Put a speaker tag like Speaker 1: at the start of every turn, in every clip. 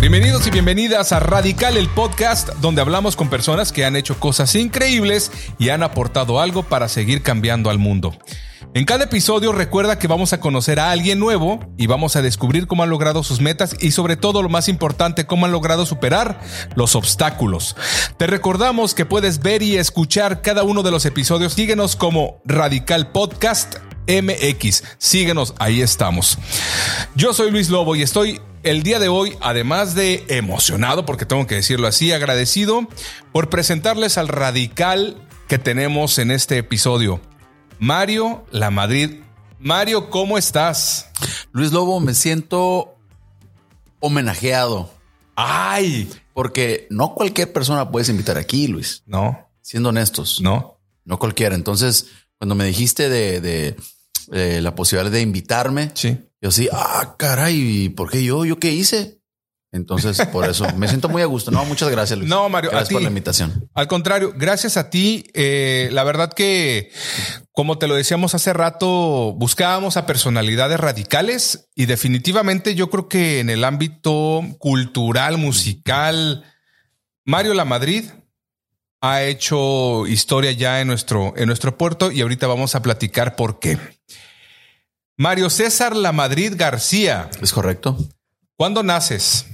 Speaker 1: Bienvenidos y bienvenidas a Radical, el podcast donde hablamos con personas que han hecho cosas increíbles y han aportado algo para seguir cambiando al mundo. En cada episodio recuerda que vamos a conocer a alguien nuevo y vamos a descubrir cómo han logrado sus metas y sobre todo lo más importante, cómo han logrado superar los obstáculos. Te recordamos que puedes ver y escuchar cada uno de los episodios. Síguenos como Radical Podcast MX. Síguenos, ahí estamos. Yo soy Luis Lobo y estoy el día de hoy, además de emocionado, porque tengo que decirlo así, agradecido por presentarles al radical que tenemos en este episodio, Mario La Madrid. Mario, ¿cómo estás?
Speaker 2: Luis Lobo, me siento homenajeado
Speaker 1: Ay,
Speaker 2: porque no cualquier persona puedes invitar aquí, Luis.
Speaker 1: no,
Speaker 2: Siendo honestos, no,
Speaker 1: no.
Speaker 2: cualquiera. Entonces, cuando me dijiste de, de, eh, la posibilidad de invitarme,
Speaker 1: Sí.
Speaker 2: yo sí, ah, caray, ¿y ¿por qué yo? ¿Yo qué hice? Entonces, por eso me siento muy a gusto. No, muchas gracias, Luis.
Speaker 1: No, Mario, a
Speaker 2: gracias por
Speaker 1: ti.
Speaker 2: la invitación.
Speaker 1: Al contrario, gracias a ti. eh, la verdad que, como te lo decíamos hace rato, buscábamos a personalidades radicales y definitivamente yo creo que en el ámbito cultural, musical, Mario La Madrid ha hecho historia ya en nuestro, en nuestro puerto y ahorita vamos a platicar por qué. Mario César La Madrid García,
Speaker 2: Es correcto.
Speaker 1: ¿cuándo naces?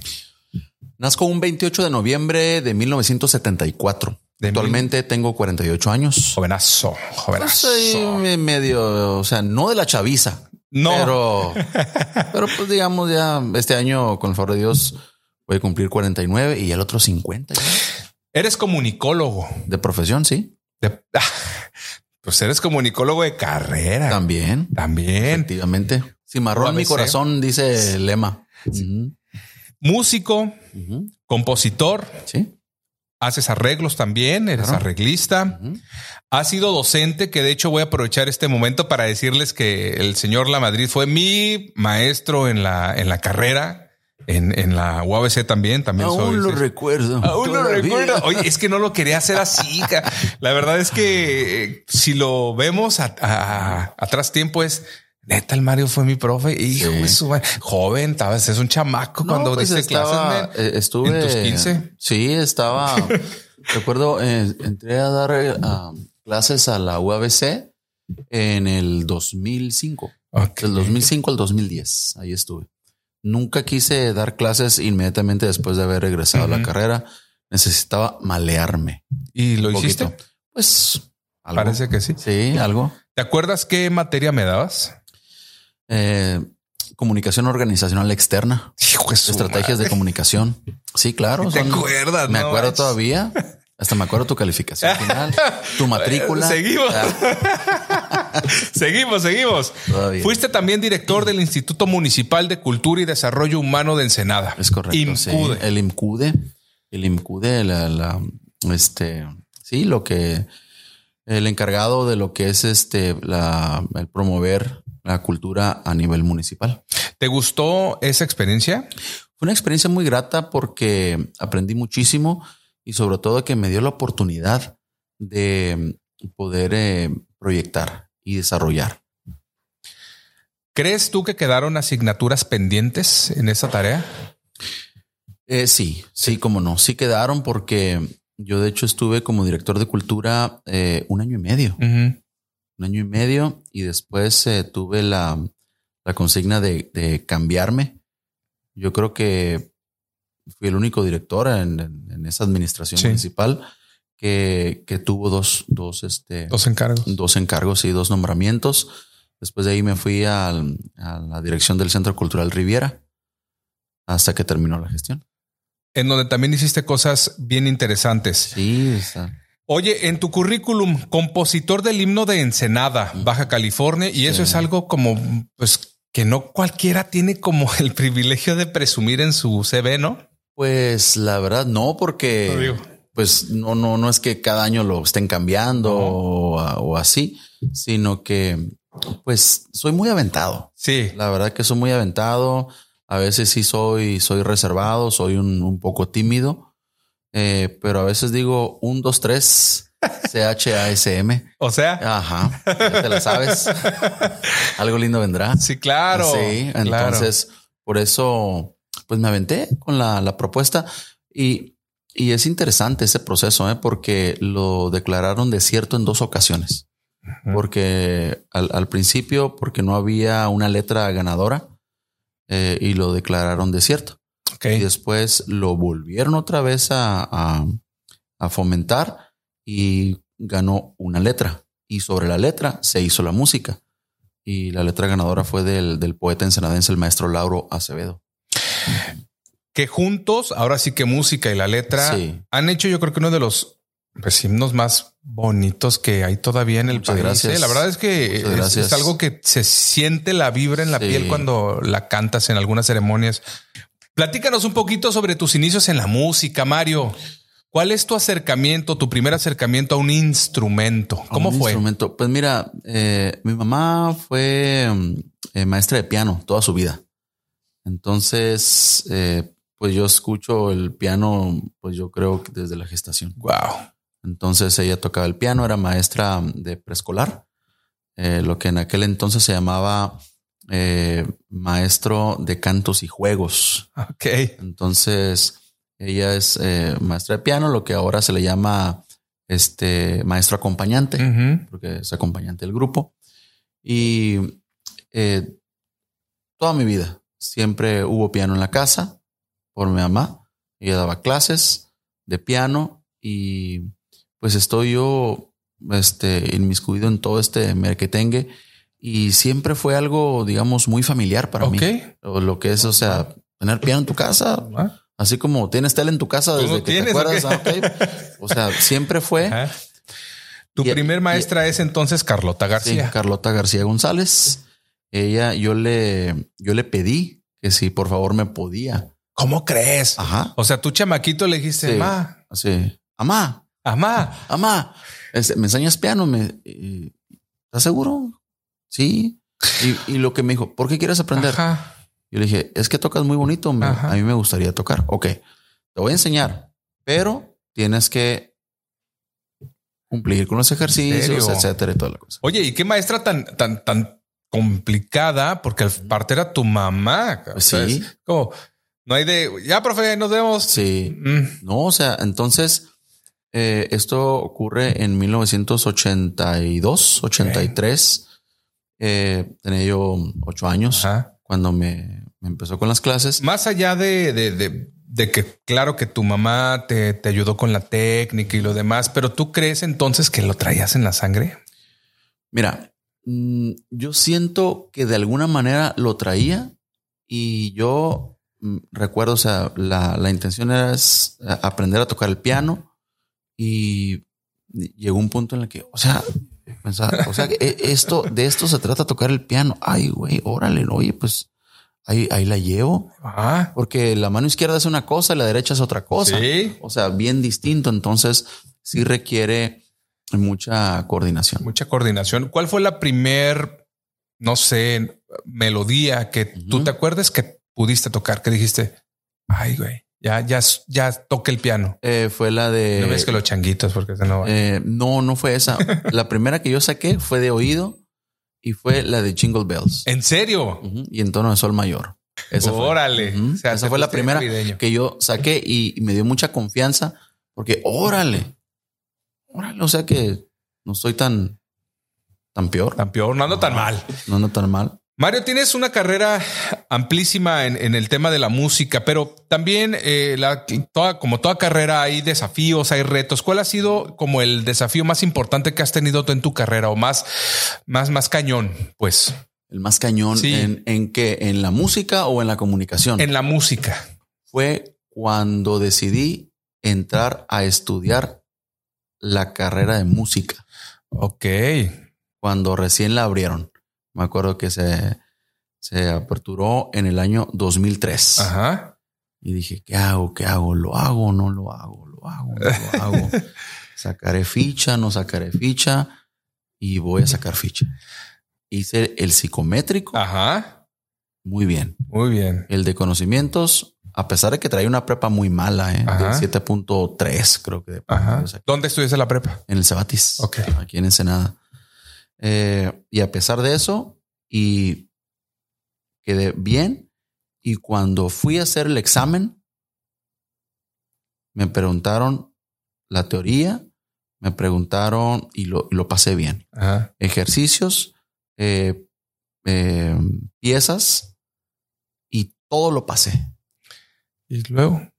Speaker 2: Nazco un 28 de noviembre de 1974.
Speaker 1: De mil- Oh,
Speaker 2: Actualmente tengo 48 años.
Speaker 1: Jovenazo,
Speaker 2: Pues, soy
Speaker 1: jovenazo.
Speaker 2: me- medio, o sea, no de la chaviza.
Speaker 1: No.
Speaker 2: Pero, pero pues digamos ya este año, con el favor de Dios, voy a cumplir 49 y el otro 50 ya.
Speaker 1: Eres comunicólogo.
Speaker 2: de profesión, sí.
Speaker 1: De- pues eres comunicólogo de carrera.
Speaker 2: También,
Speaker 1: También.
Speaker 2: efectivamente. Cimarrón mi
Speaker 1: ABC.
Speaker 2: corazón, dice el lema. Ujú,
Speaker 1: Músico,
Speaker 2: ujú,
Speaker 1: compositor,
Speaker 2: Sí.
Speaker 1: haces arreglos también, eres
Speaker 2: Claro.
Speaker 1: arreglista.
Speaker 2: ujú.
Speaker 1: Has sido docente, que de hecho voy a aprovechar este momento para decirles que el señor La Madrid fue mi maestro en la, en la carrera, en, en la UABC también. También soy- este,
Speaker 2: Aún lo
Speaker 1: sí.
Speaker 2: recuerdo.
Speaker 1: Aún lo
Speaker 2: todavía.
Speaker 1: recuerdo. Oye, es que no lo quería hacer así. ca- La verdad es que eh, si lo vemos a- a- atrás tiempo es neta. El Mario fue mi profe. Hijo
Speaker 2: Sí.
Speaker 1: de su madre. joven, estabas, es un chamaco
Speaker 2: No,
Speaker 1: cuando
Speaker 2: pues
Speaker 1: diste
Speaker 2: estaba-
Speaker 1: clases.
Speaker 2: eh, estuve
Speaker 1: en tus 15.
Speaker 2: Sí, estaba. recuerdo, eh, entré a dar eh, a clases a la UABC en el 2005.
Speaker 1: man. Ok.
Speaker 2: Del 2005 al 2010. Ahí estuve. Nunca quise dar clases inmediatamente después de haber regresado a la
Speaker 1: Ujú.
Speaker 2: carrera. Necesitaba malearme.
Speaker 1: Y lo
Speaker 2: un
Speaker 1: hiciste.
Speaker 2: poquito. Pues algo.
Speaker 1: Parece que sí.
Speaker 2: Sí, algo.
Speaker 1: ¿Te acuerdas qué materia me dabas?
Speaker 2: Eh, comunicación organizacional externa.
Speaker 1: Hijo de su
Speaker 2: Estrategias de comunicación. Sí, claro.
Speaker 1: madre. ¿Te
Speaker 2: son-
Speaker 1: acuerdas?
Speaker 2: Me
Speaker 1: no
Speaker 2: acuerdo
Speaker 1: manches?
Speaker 2: todavía. Hasta me acuerdo tu calificación final, tu matrícula.
Speaker 1: Seguimos.
Speaker 2: Ah,
Speaker 1: Seguimos, seguimos.
Speaker 2: todavía.
Speaker 1: Fuiste también director del Instituto Municipal de Cultura y Desarrollo Humano de Ensenada.
Speaker 2: Es correcto. sí.
Speaker 1: IMCUDE.
Speaker 2: El IMCUDE. El IMCUDE, la, la- este, sí, lo que el encargado de lo que es este, la, el promover la cultura a nivel municipal.
Speaker 1: ¿Te gustó esa experiencia?
Speaker 2: Fue una experiencia muy grata porque aprendí muchísimo y sobre todo que me dio la oportunidad de poder eh, proyectar y desarrollar.
Speaker 1: ¿Crees tú que quedaron asignaturas pendientes en esa tarea?
Speaker 2: Eh, sí, sí, como no. Sí quedaron porque yo de hecho estuve como director de cultura eh, un año y medio, un año y medio y después eh, tuve la, la consigna de, de cambiarme. Yo creo que fui el único director en, en- en esa administración
Speaker 1: Sí.
Speaker 2: municipal que, que tuvo dos, dos, este,
Speaker 1: Dos encargos.
Speaker 2: dos encargos y dos nombramientos. Después de ahí me fui al- a la dirección del Centro Cultural Riviera hasta que terminó la gestión.
Speaker 1: En donde también hiciste cosas bien interesantes.
Speaker 2: Sí, está.
Speaker 1: Oye, en tu currículum, compositor del himno de Ensenada, Baja California, y eso
Speaker 2: Sí.
Speaker 1: es algo como, pues, que no cualquiera tiene como el privilegio de presumir en su CV, ¿no?
Speaker 2: Pues la verdad no,
Speaker 1: Lo
Speaker 2: porque
Speaker 1: digo.
Speaker 2: pues no, no, no es que cada año lo estén cambiando
Speaker 1: Ajá.
Speaker 2: o, a- o así, sino que pues soy muy aventado.
Speaker 1: Sí.
Speaker 2: La verdad que soy muy aventado. A veces sí soy, soy reservado, soy un, un poco tímido, eh, pero a veces digo un, dos, tres, C-H-A-S-M.
Speaker 1: O sea,
Speaker 2: Ajá, ya te la sabes. Algo lindo vendrá.
Speaker 1: sí, claro.
Speaker 2: Sí,
Speaker 1: claro.
Speaker 2: entonces por eso pues me aventé con la, la propuesta y, y es interesante ese proceso, ¿eh? porque lo declararon desierto en dos ocasiones.
Speaker 1: Ujú.
Speaker 2: Porque al, al principio, porque no había una letra ganadora eh, y lo declararon desierto.
Speaker 1: Ok.
Speaker 2: Y después lo volvieron otra vez a, a- a fomentar y ganó una letra. Y sobre la letra se hizo la música. Y la letra ganadora fue del, del poeta ensenadense, el maestro Lauro Acevedo.
Speaker 1: Que juntos, ahora sí que música y la letra
Speaker 2: Sí.
Speaker 1: han hecho, yo creo que uno de los pues, himnos más bonitos que hay todavía en el
Speaker 2: Muchas
Speaker 1: país.
Speaker 2: gracias.
Speaker 1: ¿eh? La verdad es que
Speaker 2: Muchas
Speaker 1: es,
Speaker 2: gracias.
Speaker 1: es algo que se siente la vibra en la
Speaker 2: Sí.
Speaker 1: piel cuando la cantas en algunas ceremonias. Platícanos un poquito sobre tus inicios en la música, Mario. ¿Cuál es tu acercamiento, tu primer acercamiento a un instrumento? ¿Cómo
Speaker 2: Un
Speaker 1: fue?
Speaker 2: instrumento. Pues mira, eh, mi mamá fue mm, eh, maestra de piano toda su vida. Entonces, eh, pues yo escucho el piano, pues yo creo que desde la gestación.
Speaker 1: Wow.
Speaker 2: Entonces ella tocaba el piano, era maestra de preescolar, eh, lo que en aquel entonces se llamaba eh, maestro de cantos y juegos.
Speaker 1: Ok.
Speaker 2: Entonces ella es eh, maestra de piano, lo que ahora se le llama este maestro acompañante
Speaker 1: Ujú.
Speaker 2: porque es acompañante del grupo. Y eh, toda mi vida siempre hubo piano en la casa por mi mamá. Ella daba clases de piano y pues estoy yo este, inmiscuido en todo este merquetengue y siempre fue algo, digamos, muy familiar para
Speaker 1: Ok.
Speaker 2: mí. ¿Eh? O Lo que es, o sea, tener piano en tu casa,
Speaker 1: Ah,
Speaker 2: así como tienes tele en tu casa
Speaker 1: ¿Tú
Speaker 2: desde
Speaker 1: no
Speaker 2: que te
Speaker 1: tienes,
Speaker 2: acuerdas.
Speaker 1: o
Speaker 2: ah,
Speaker 1: qué?
Speaker 2: ok. O sea, siempre fue.
Speaker 1: ajá. Tu
Speaker 2: Y-
Speaker 1: primer maestra es entonces Carlota
Speaker 2: Sí,
Speaker 1: García.
Speaker 2: Carlota García González. Ella, yo le, yo le pedí que si por favor me podía.
Speaker 1: ¿Cómo crees?
Speaker 2: Ajá.
Speaker 1: O sea, tu chamaquito le dijiste,
Speaker 2: Sí.
Speaker 1: ma,
Speaker 2: Así, amá,
Speaker 1: amá,
Speaker 2: amá, este, me enseñas piano, me, y- ¿estás seguro? Sí. Y, y lo que me dijo, ¿por qué quieres aprender?
Speaker 1: ajá,
Speaker 2: Yo le dije, es que tocas muy bonito, me-
Speaker 1: Ajá.
Speaker 2: a mí me gustaría tocar. Ok, te voy a enseñar, pero tienes que cumplir con los ejercicios,
Speaker 1: serio?
Speaker 2: etcétera y toda la cosa.
Speaker 1: Oye, ¿y qué maestra tan, tan, tan complicada? Porque aparte era tu mamá. o
Speaker 2: Pues
Speaker 1: sea,
Speaker 2: sí.
Speaker 1: es Como, no hay de, ya, profe, nos vemos.
Speaker 2: Sí.
Speaker 1: Mm,
Speaker 2: No, o sea, entonces eh, esto ocurre en 1982, 83. Eh, tenía yo ocho años
Speaker 1: ajá.
Speaker 2: cuando me, me empezó con las clases.
Speaker 1: Más allá de, de, de- de que, claro, que tu mamá te, te ayudó con la técnica y lo demás, pero tú crees entonces que lo traías en la sangre?
Speaker 2: Mira, mm, yo siento que de alguna manera lo traía y yo mm, recuerdo, o sea, la, la intención era es, eh, aprender a tocar el piano y llegó un punto en el que, o sea, pensaba, o sea, que e- esto, de esto se trata tocar el piano. Ay, güey, órale, oye, pues ahí, ahí la llevo.
Speaker 1: Ah,
Speaker 2: Porque la mano izquierda es una cosa y la derecha es otra cosa.
Speaker 1: sí.
Speaker 2: O sea, bien distinto. Entonces, sí requiere mucha coordinación.
Speaker 1: Mucha coordinación. ¿Cuál fue la primer, no sé, melodía que tú
Speaker 2: Ujú.
Speaker 1: te acuerdas que pudiste tocar? Que dijiste, ay, güey, ya, ya, ya toqué el piano.
Speaker 2: Eh, fue la de.
Speaker 1: no ves que los changuitos, porque se no va.
Speaker 2: eh, no, no fue esa. la primera que yo saqué fue de oído y fue la de Jingle Bells.
Speaker 1: en serio.
Speaker 2: Ujú, Y en tono de sol mayor. Esa fue.
Speaker 1: Órale.
Speaker 2: Ujú,
Speaker 1: O sea,
Speaker 2: esa
Speaker 1: te
Speaker 2: fue la
Speaker 1: fuiste
Speaker 2: primera
Speaker 1: navideño.
Speaker 2: que yo saqué y, y me dio mucha confianza porque órale. Órale, o sea que no estoy tan, tan peor.
Speaker 1: Campeón, no ando tan
Speaker 2: Ajá.
Speaker 1: mal.
Speaker 2: No ando tan mal.
Speaker 1: Mario, tienes una carrera amplísima en, en el tema de la música, pero también eh, la- toda- como toda carrera hay desafíos, hay retos. ¿Cuál ha sido como el desafío más importante que has tenido tú en tu carrera o más, más, más cañón? Pues
Speaker 2: El más cañón
Speaker 1: Sí.
Speaker 2: en, en qué, en la música o en la comunicación.
Speaker 1: en la música.
Speaker 2: fue cuando decidí entrar a estudiar la carrera de música,
Speaker 1: Ok.
Speaker 2: cuando recién la abrieron. Me acuerdo que se, se aperturó en el año 2003.
Speaker 1: Ajá.
Speaker 2: Y dije, ¿qué hago? ¿Qué hago? ¿Lo hago? ¿No lo hago? ¿Lo hago? ¿No lo hago? ¿Sacaré ficha? ¿No sacaré ficha? Y voy a sacar ficha. Hice el psicométrico
Speaker 1: Ah. Ajá.
Speaker 2: muy bien.
Speaker 1: Muy bien.
Speaker 2: El de conocimientos, a pesar de que traía una prepa muy mala, ¿eh? de
Speaker 1: Ajá.
Speaker 2: 7.3 creo que. de
Speaker 1: Ajá.
Speaker 2: promedio saqué.
Speaker 1: ¿Dónde estudiaste la prepa?
Speaker 2: En el Cebatis,
Speaker 1: Ok.
Speaker 2: aquí en Ensenada. Eh, y a pesar de eso, y quedé bien Y cuando fui a hacer el examen, me preguntaron la teoría, me preguntaron y lo, y lo pasé bien.
Speaker 1: Ajá.
Speaker 2: Ejercicios, eh, eh, piezas y todo lo pasé.
Speaker 1: Y luego.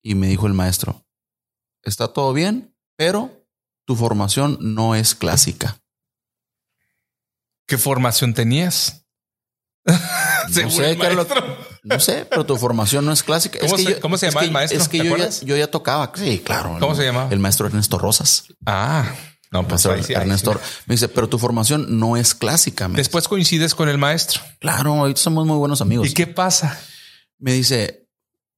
Speaker 2: Y me dijo el maestro, está todo bien, pero tu formación no es clásica.
Speaker 1: ¿Qué formación tenías?
Speaker 2: No
Speaker 1: Según el
Speaker 2: sé, Carlos.
Speaker 1: maestro.
Speaker 2: No sé, pero tu formación no es clásica.
Speaker 1: ¿Cómo
Speaker 2: es que
Speaker 1: se-
Speaker 2: yo-
Speaker 1: cómo se
Speaker 2: es
Speaker 1: llamaba
Speaker 2: que-
Speaker 1: el maestro?
Speaker 2: Es
Speaker 1: ¿Te
Speaker 2: que yo ya,
Speaker 1: acuerdas?
Speaker 2: yo ya tocaba. Sí, claro.
Speaker 1: ¿Cómo
Speaker 2: el-
Speaker 1: se llamaba?
Speaker 2: El maestro Ernesto Rosas.
Speaker 1: Ah, no,
Speaker 2: El
Speaker 1: pues
Speaker 2: maestro
Speaker 1: ahí sí, ahí sí.
Speaker 2: Ernesto me dice, pero tu formación no es clásica. me dice.
Speaker 1: Después coincides con el maestro.
Speaker 2: claro, ahorita somos muy buenos amigos.
Speaker 1: ¿Y qué pasa?
Speaker 2: Me dice,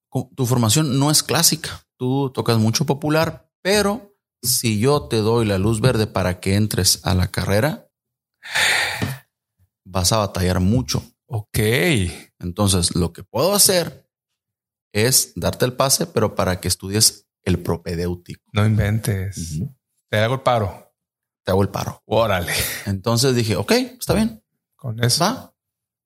Speaker 2: "Cu- tu formación no es clásica. Tú tocas mucho popular, pero si yo te doy la luz verde para que entres a la carrera, vas a batallar mucho.
Speaker 1: Ok.
Speaker 2: Entonces, lo que puedo hacer es darte el pase, pero para que estudies el propedéutico.
Speaker 1: No inventes.
Speaker 2: Ujú.
Speaker 1: Te hago el paro.
Speaker 2: Te hago el paro.
Speaker 1: Órale.
Speaker 2: Entonces dije, ok, está bien,
Speaker 1: Con eso.
Speaker 2: va.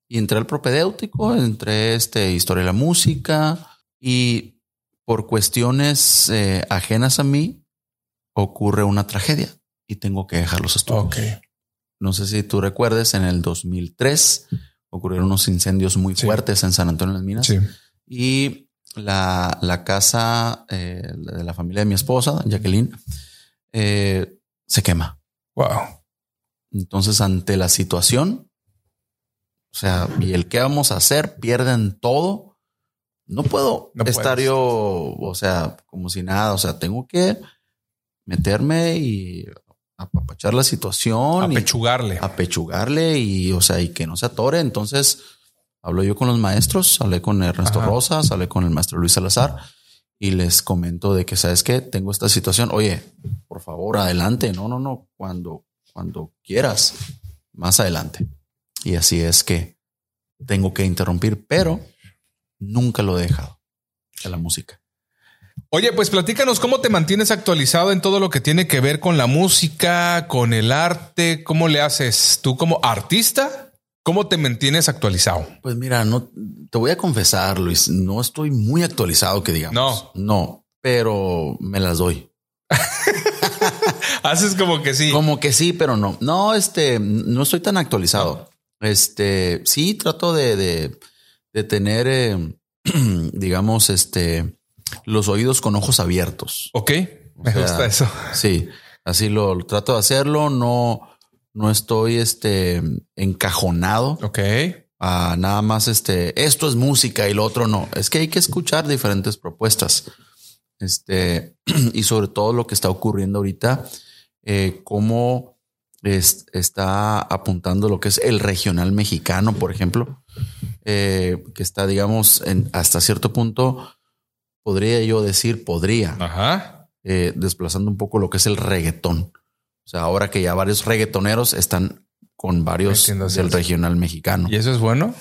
Speaker 2: Y entré al propedéutico, entré este, historia de la música y por cuestiones eh, ajenas a mí ocurre una tragedia y tengo que dejar los estudios.
Speaker 1: Ok.
Speaker 2: No sé si tú recuerdes, en el 2003 ocurrieron unos incendios muy
Speaker 1: Sí.
Speaker 2: fuertes en San Antonio de las Minas.
Speaker 1: Sí.
Speaker 2: Y la, la casa eh, la de la familia de mi esposa, Jacqueline, eh, se quema.
Speaker 1: Wow.
Speaker 2: Entonces, ante la situación, o sea, y el qué vamos a hacer, pierden todo. No puedo
Speaker 1: No puedes.
Speaker 2: estar yo, o sea, como si nada. O sea, tengo que meterme y apapachar la situación. y-
Speaker 1: Apechugarle.
Speaker 2: Ah. apechugarle y, o sea, y que no se atore. Entonces, hablo yo con los maestros, hablé con Ernesto
Speaker 1: Ajá.
Speaker 2: Rosas, hablé con el maestro Luis Salazar y les comento de que, ¿sabes qué? Tengo esta situación. Oye, por favor, adelante. No, no, no. Cuando, cuando quieras, más adelante. Y así es que tengo que interrumpir, pero nunca lo he dejado de la música.
Speaker 1: Oye, pues platícanos cómo te mantienes actualizado en todo lo que tiene que ver con la música, con el arte. ¿Cómo le haces tú como artista? ¿Cómo te mantienes actualizado?
Speaker 2: Pues mira, no te voy a confesar, Luis, no estoy muy actualizado que digamos. No, no, pero me las doy.
Speaker 1: Haces como que sí.
Speaker 2: Como que sí, pero no. No, este, no estoy tan actualizado. Este, sí, trato de, de, de tener, eh, digamos, este, los oídos con ojos abiertos.
Speaker 1: Ok. Me
Speaker 2: O sea,
Speaker 1: gusta eso.
Speaker 2: Sí, así lo, lo trato de hacerlo. No, no estoy, este, encajonado
Speaker 1: Ok.
Speaker 2: a nada más este, esto es música y lo otro no. Es que hay que escuchar diferentes propuestas. Este, y sobre todo lo que está ocurriendo ahorita, eh, cómo es- está apuntando lo que es el regional mexicano, por ejemplo, eh, que está, digamos, en, hasta cierto punto, podría yo decir, podría,
Speaker 1: Ah. Ajá.
Speaker 2: eh, desplazando un poco lo que es el reggaetón. O sea, ahora que ya varios reggaetoneros están con varios
Speaker 1: Entiendo, sí,
Speaker 2: del
Speaker 1: sí.
Speaker 2: regional mexicano.
Speaker 1: ¿Y eso es bueno?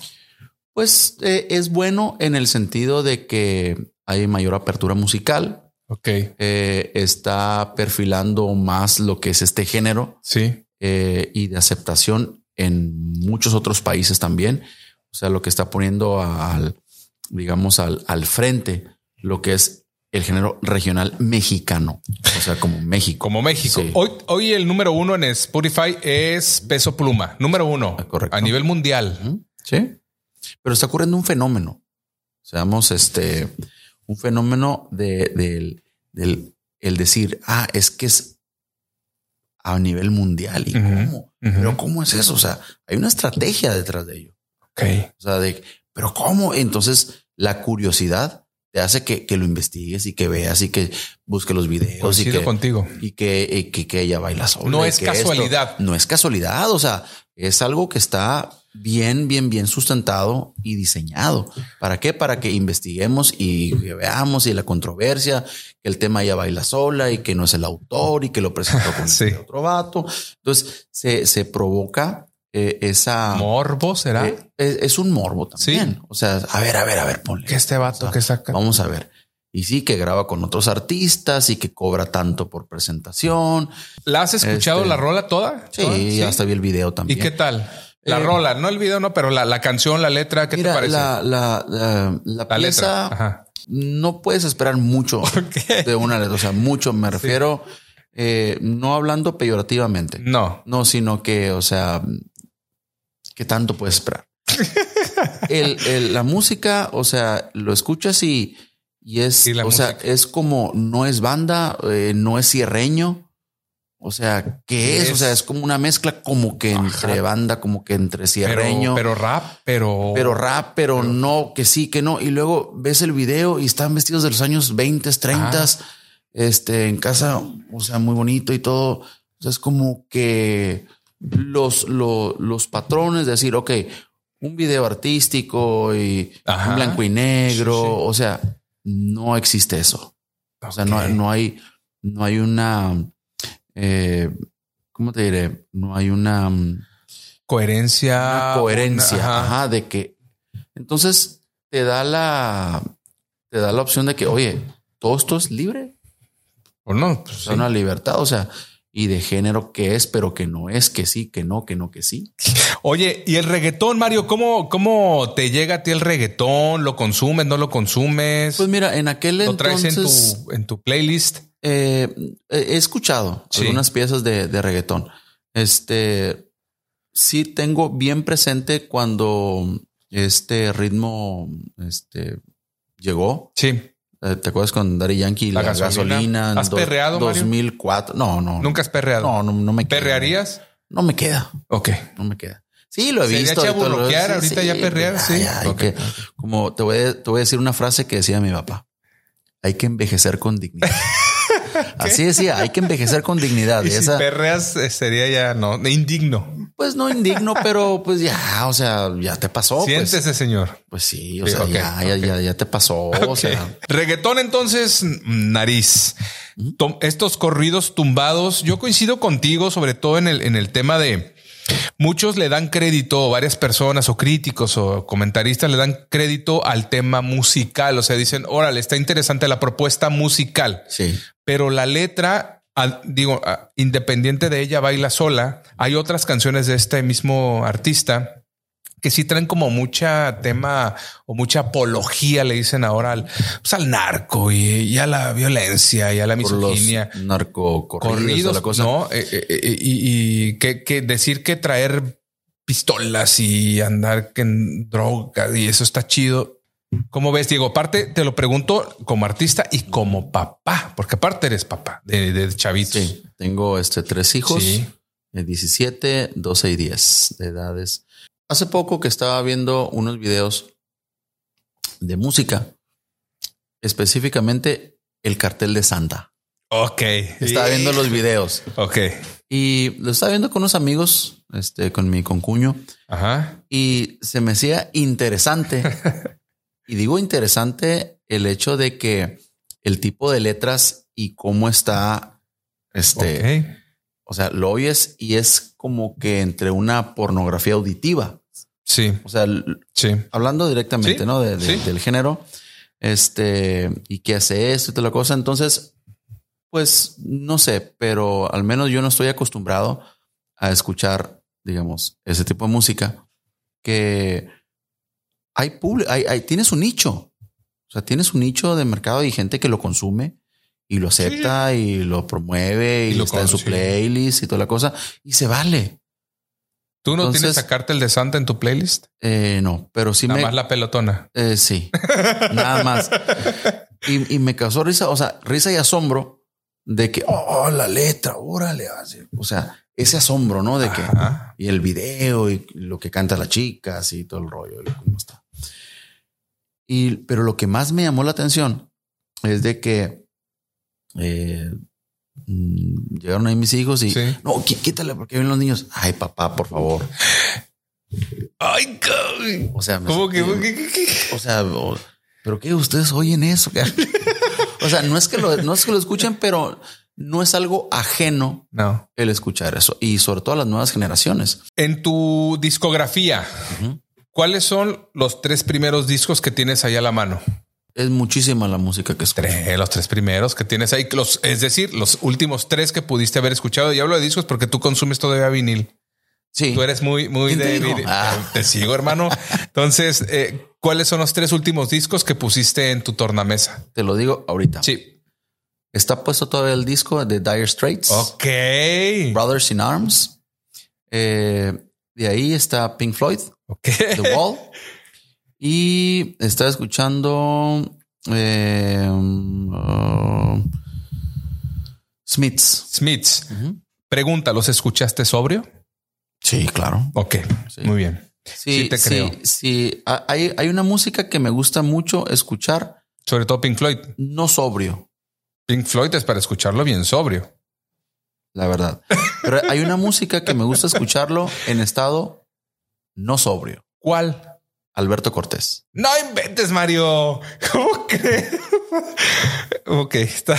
Speaker 2: Pues eh, es bueno en el sentido de que hay mayor apertura musical,
Speaker 1: Ok.
Speaker 2: eh, está perfilando más lo que es este género
Speaker 1: Sí.
Speaker 2: eh, y de aceptación en muchos otros países también. O sea, lo que está poniendo al, digamos, al, al frente lo que es el género regional mexicano, o sea, como México.
Speaker 1: Como México.
Speaker 2: Sí.
Speaker 1: Hoy, hoy el número uno en Spotify es Peso Pluma. Número uno.
Speaker 2: Ah, correcto.
Speaker 1: A nivel mundial.
Speaker 2: Ujú, Sí. Pero está ocurriendo un fenómeno. Seamos este, un fenómeno de, del, del- el decir, ah, es que es a nivel mundial. ¿Y
Speaker 1: Ujú,
Speaker 2: cómo? Pero
Speaker 1: ujú.
Speaker 2: ¿cómo es eso? O sea, hay una estrategia detrás de ello.
Speaker 1: Ok.
Speaker 2: O sea, de, pero ¿cómo? Entonces, la curiosidad te hace que, que lo investigues y que veas y que busques los videos y
Speaker 1: Coincido
Speaker 2: que,
Speaker 1: contigo.
Speaker 2: y que, y que, que ella baila sola.
Speaker 1: No
Speaker 2: y
Speaker 1: es
Speaker 2: que esto.
Speaker 1: casualidad.
Speaker 2: no es casualidad. O sea, es algo que está bien, bien, bien sustentado y diseñado. ¿Para qué? Para que investiguemos y que veamos y la controversia, que el tema ella baila sola y que no es el autor y que lo presentó con este
Speaker 1: Sí.
Speaker 2: otro vato. Entonces se, se provoca eh, esa.
Speaker 1: Morbo será.
Speaker 2: eh, es, es un morbo también. O sea, a ver, a ver, a ver, ponle.
Speaker 1: Que este vato
Speaker 2: O sea,
Speaker 1: que saca.
Speaker 2: Vamos a ver. Y sí, que graba con otros artistas y que cobra tanto por presentación.
Speaker 1: ¿La has escuchado
Speaker 2: Este-
Speaker 1: la rola toda?
Speaker 2: Sí,
Speaker 1: ¿Toda?
Speaker 2: hasta vi el video
Speaker 1: ¿Y
Speaker 2: también.
Speaker 1: qué tal? La
Speaker 2: Eh,
Speaker 1: rola, no el video, no, pero la, la canción, la letra, ¿qué
Speaker 2: Mira,
Speaker 1: te parece?
Speaker 2: la, la, la, la
Speaker 1: La
Speaker 2: pieza
Speaker 1: Ajá.
Speaker 2: no puedes esperar mucho
Speaker 1: Ok.
Speaker 2: de una letra. O sea, mucho me refiero, eh, no hablando peyorativamente.
Speaker 1: No.
Speaker 2: No, sino que, o sea, ¿qué tanto puedes esperar? El- el- la música, o sea, lo escuchas y, y es,
Speaker 1: Y la
Speaker 2: o sea, es como no es banda, eh, no es cierreño. O sea, ¿qué es? O sea, es como una mezcla como que entre
Speaker 1: Ajá.
Speaker 2: banda, como que entre
Speaker 1: Pero,
Speaker 2: cierreño,
Speaker 1: pero
Speaker 2: pero,
Speaker 1: rap, Oh, pero.
Speaker 2: rap, pero, no, que sí, que no. Y luego ves el video y están vestidos de los años 20, 30,
Speaker 1: Ah.
Speaker 2: este, en casa, o sea, muy bonito y todo. O sea, es como que los, lo- los patrones de decir, ok, un video artístico y
Speaker 1: Ajá.
Speaker 2: un blanco y negro.
Speaker 1: Sí, sí.
Speaker 2: O sea, no existe eso. O sea, no,
Speaker 1: Ok.
Speaker 2: no hay, no hay una, eh, ¿cómo te diré? No hay una, mm,
Speaker 1: Coherencia.
Speaker 2: una coherencia
Speaker 1: Ah, una- ajá.
Speaker 2: ajá, de que entonces te da la, te da la opción de que, oye, todo esto es libre.
Speaker 1: O no. pues,
Speaker 2: O
Speaker 1: sí.
Speaker 2: sea, una libertad, o sea, y de género que es, pero que no es, que sí, que no, que no, que sí.
Speaker 1: Oye, y el reggaetón, Mario, ¿cómo, ¿cómo te llega a ti el reggaetón? ¿Lo consumes? ¿No lo consumes?
Speaker 2: Pues mira, en aquel
Speaker 1: ¿Lo traes
Speaker 2: entonces
Speaker 1: en, tu, en tu playlist?
Speaker 2: eh, he escuchado
Speaker 1: Sí.
Speaker 2: algunas piezas de, de reggaetón. Este sí tengo bien presente cuando este ritmo este, llegó.
Speaker 1: Sí.
Speaker 2: Eh, ¿Te acuerdas con Daddy Yankee?
Speaker 1: La
Speaker 2: La,
Speaker 1: gasolina.
Speaker 2: gasolina. en
Speaker 1: ¿Has perreado, Mario?
Speaker 2: 2004. No, no.
Speaker 1: Nunca has perreado.
Speaker 2: No, no, no me queda.
Speaker 1: ¿Perrearías?
Speaker 2: No me queda.
Speaker 1: Ok.
Speaker 2: No me queda. Sí, lo he
Speaker 1: Sería
Speaker 2: visto. y todo lo-
Speaker 1: chaburroquear,
Speaker 2: sí,
Speaker 1: ahorita
Speaker 2: sí,
Speaker 1: ya perrear,
Speaker 2: pues,
Speaker 1: sí.
Speaker 2: ay, ay,
Speaker 1: Ok.
Speaker 2: que- como te voy, a, te voy a decir una frase que decía mi papá. Hay que envejecer con dignidad. Así decía, hay que envejecer con dignidad.
Speaker 1: Y
Speaker 2: Y
Speaker 1: si
Speaker 2: esa,
Speaker 1: perreas eh, sería ya no indigno.
Speaker 2: pues no indigno, pero pues ya, o sea, ya te pasó. Pues,
Speaker 1: Siéntese, señor.
Speaker 2: Pues sí, o
Speaker 1: Sí,
Speaker 2: sea,
Speaker 1: ok,
Speaker 2: ya, ya,
Speaker 1: ok.
Speaker 2: ya, ya te pasó. O
Speaker 1: Ok.
Speaker 2: sea,
Speaker 1: Reggaetón, entonces, mm, nariz. Tom- estos corridos tumbados, yo coincido contigo, sobre todo en el, en el tema de muchos le dan crédito, o varias personas o críticos o comentaristas le dan crédito al tema musical. O sea, dicen, órale, está interesante la propuesta musical.
Speaker 2: sí.
Speaker 1: pero la letra, al- digo, a- independiente de ella, baila sola. Hay otras canciones de este mismo artista que sí traen como mucha tema o mucha apología, le dicen ahora al, pues, al narco y, y a la violencia y a la
Speaker 2: Por los
Speaker 1: misoginia.
Speaker 2: narcocorridos o
Speaker 1: Corridos,
Speaker 2: la cosa.
Speaker 1: ¿no? Eh, eh, eh, y y que, que decir que traer pistolas y andar en drogas y eso está chido. ¿Cómo ves, Diego? Aparte, te lo pregunto como artista y como papá, porque aparte eres papá de, de chavitos.
Speaker 2: Sí, tengo este tres hijos.
Speaker 1: Sí.
Speaker 2: de 17, 12 y 10 de edades. Hace poco que estaba viendo unos videos de música, específicamente el cartel de Santa.
Speaker 1: Ok.
Speaker 2: Estaba viendo los videos
Speaker 1: Ok.
Speaker 2: y lo estaba viendo con unos amigos, este, con mi concuño,
Speaker 1: Ajá.
Speaker 2: y se me hacía interesante. y digo interesante el hecho de que el tipo de letras y cómo está este,
Speaker 1: Ok.
Speaker 2: o sea, lo oyes y es como que entre una pornografía auditiva.
Speaker 1: Sí,
Speaker 2: O sea, l-
Speaker 1: sí.
Speaker 2: hablando directamente,
Speaker 1: Sí,
Speaker 2: ¿no? De- de-
Speaker 1: sí.
Speaker 2: Del género. Este, y qué hace esto y toda la cosa. Entonces, pues no sé, pero al menos yo no estoy acostumbrado a escuchar, digamos, ese tipo de música que hay público, hay, hay- tienes un nicho. O sea, tienes un nicho de mercado y gente que lo consume y lo acepta y lo promueve y,
Speaker 1: Y lo
Speaker 2: está en su
Speaker 1: conoce.
Speaker 2: playlist y toda la cosa y se vale.
Speaker 1: ¿Tú no
Speaker 2: Entonces-
Speaker 1: tienes sacarte el de Santa en tu playlist?
Speaker 2: Eh, no, pero sí
Speaker 1: Nada
Speaker 2: me,
Speaker 1: más la pelotona.
Speaker 2: Eh, sí, nada más. Y, y me causó risa, o sea, risa y asombro de que, oh, la letra, órale. así. O sea, ese asombro, ¿no? De que,
Speaker 1: Ajá.
Speaker 2: y el video y lo que canta la chica, así, todo el rollo, y cómo está. Y, pero lo que más me llamó la atención es de que eh, mm, llegaron ahí mis hijos y,
Speaker 1: Sí.
Speaker 2: no, qui- quítale porque vienen los niños. Ay, papá, por favor.
Speaker 1: Ay, cabrón.
Speaker 2: O sea, me
Speaker 1: ¿Cómo que?
Speaker 2: sentí-
Speaker 1: que- que-
Speaker 2: o sea, o- pero que ustedes oyen eso. cara? o sea, no es que lo, no es que lo escuchen, pero no es algo ajeno
Speaker 1: No.
Speaker 2: el escuchar eso y sobre todo a las nuevas generaciones.
Speaker 1: En tu discografía,
Speaker 2: Ujú.
Speaker 1: ¿cuáles son los tres primeros discos que tienes ahí a la mano?
Speaker 2: Es muchísima la música que escuchan.
Speaker 1: Tres, eh, los tres primeros que tienes ahí, los, es decir, los últimos tres que pudiste haber escuchado. Y hablo de discos porque tú consumes todavía vinil. Sí. Tú eres muy, muy de.
Speaker 2: digo?
Speaker 1: de-
Speaker 2: Ah.
Speaker 1: Te sigo, hermano. Entonces, eh, ¿cuáles son los tres últimos discos que pusiste en tu tornamesa?
Speaker 2: Te lo digo ahorita.
Speaker 1: Sí.
Speaker 2: Está puesto todavía el disco de Dire Straits,
Speaker 1: Ok.
Speaker 2: Brothers in Arms. Eh, de ahí está Pink Floyd,
Speaker 1: Ok.
Speaker 2: The Wall. Y está escuchando eh, um, Smiths.
Speaker 1: Smiths. Pregunta, ¿los escuchaste sobrio?
Speaker 2: Sí, claro.
Speaker 1: Ok.
Speaker 2: Sí.
Speaker 1: Muy bien.
Speaker 2: Sí,
Speaker 1: Sí te
Speaker 2: sí,
Speaker 1: creo.
Speaker 2: sí. Ah, Hay, hay una música que me gusta mucho escuchar,
Speaker 1: Sobre todo Pink Floyd.
Speaker 2: no sobrio,
Speaker 1: Pink Floyd es para escucharlo bien sobrio.
Speaker 2: la verdad. Pero hay una música que me gusta escucharlo en estado no sobrio.
Speaker 1: ¿Cuál?
Speaker 2: Alberto Cortés.
Speaker 1: No inventes, Mario. ¿Cómo crees? ok, está.